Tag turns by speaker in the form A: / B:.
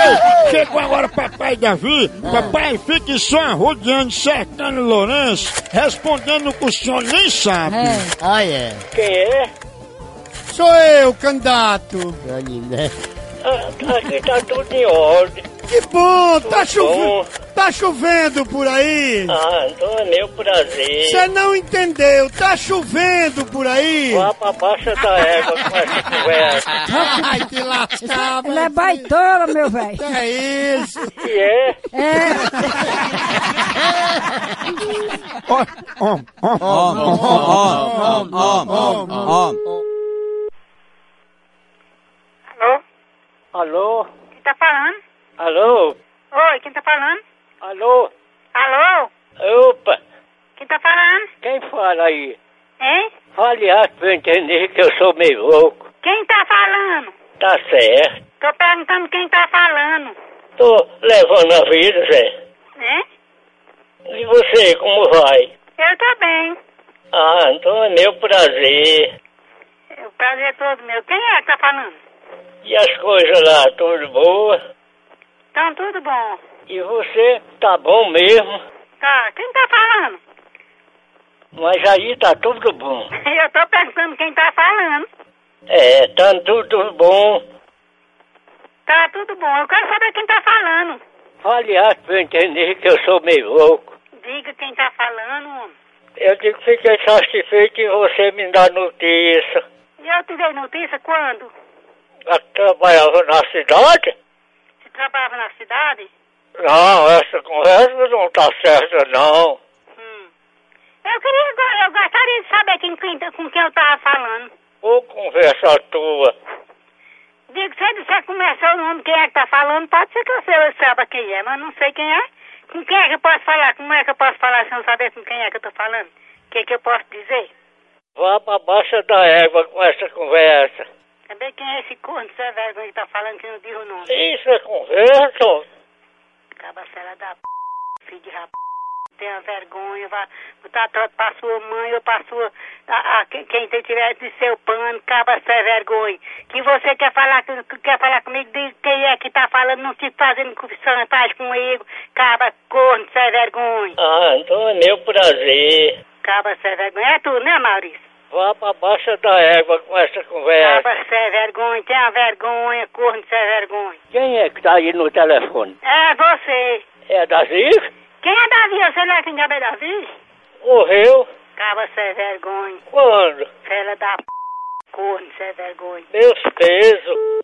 A: Ei, Chegou agora o papai Davi, papai fique só arrodeando, cercando o Lourenço, respondendo o que o senhor nem sabe.
B: É.
C: Ah, é.
D: Quem é?
C: Sou eu, candidato. né?
D: Ah, Aqui tá tudo em ordem.
C: Que bom, tá,
D: Tudo bom.
C: chovendo, tá chovendo por aí.
D: Ah, então é meu prazer.
C: Você não entendeu, tá chovendo por aí. Tá
D: Vá pra baixa da égua com essa conversa.
C: Ai, que lascava.
B: Ele é baitola, meu velho.
C: É isso.
D: Que é?
B: É,
E: Alô?
D: Alô?
E: Quem tá falando?
D: Alô?
E: Oi, quem tá falando?
D: Alô?
E: Alô?
D: Opa!
E: Quem tá falando?
D: Quem fala aí?
E: Hein?
D: Fale alto pra eu entender que eu sou meio louco.
E: Quem tá falando?
D: Tá certo.
E: Tô perguntando quem tá falando.
D: Tô levando a vida, Zé.
E: Hein?
D: E você, como vai?
E: Eu tô bem.
D: Ah, então é meu prazer.
E: O prazer é todo meu. Quem é que tá falando?
D: E as coisas lá, tudo boa?
E: Então tudo bom.
D: E você, tá bom mesmo?
E: Tá, quem tá falando?
D: Mas aí tá tudo bom.
E: Eu tô perguntando quem tá falando.
D: É, tá tudo bom.
E: Tá tudo bom. Eu quero saber quem tá falando.
D: Fale alto pra eu entender que eu sou meio louco.
E: Diga quem tá falando, homem.
D: Eu digo que fiquei satisfeito em você me dar notícia.
E: E eu te dei notícia quando?
D: Eu trabalhava na cidade?
E: Você trabalhava na cidade?
D: Não, essa conversa não tá certa, não.
E: Hum. Eu queria, go- eu gostaria de saber quem, quem- com quem eu tava falando.
D: Ô, conversa tua.
E: Digo, se eu disser começou o nome, quem é que tá falando, pode ser que eu, sei, eu saiba quem é, mas não sei quem é. Com quem é que eu posso falar? Como é que eu posso falar se eu não saber com quem é que eu tô falando? O que é que eu posso dizer?
D: Vá pra baixa da égua com essa conversa.
E: Saber quem é esse corno, essa vergonha que tá falando que não diz o nome.
D: Isso é conversa?
E: Cabacela da p... filho de rap... Tenha vergonha, vá botar trote pra sua mãe ou pra sua... A, a, quem, quem te tiver de seu pano, caba sem vergonha. Que você quer falar, com- quer falar comigo, diga quem é que tá falando, não se fazendo confissão, comigo. Caba corno, sem vergonha.
D: Ah, então é meu prazer.
E: Caba sem vergonha. É tu, né, Maurício?
D: Vá pra baixa da égua com essa conversa.
E: Caba sem vergonha, tenha vergonha, corno sem vergonha.
D: Quem é que tá aí no telefone?
E: É você.
D: É Davi?
E: Quem é Davi? Você não é quem é Davi?
D: Morreu?
E: Caba sem vergonha.
D: Quando?
E: Fela da p... corno, sem vergonha.
D: Meus pesos.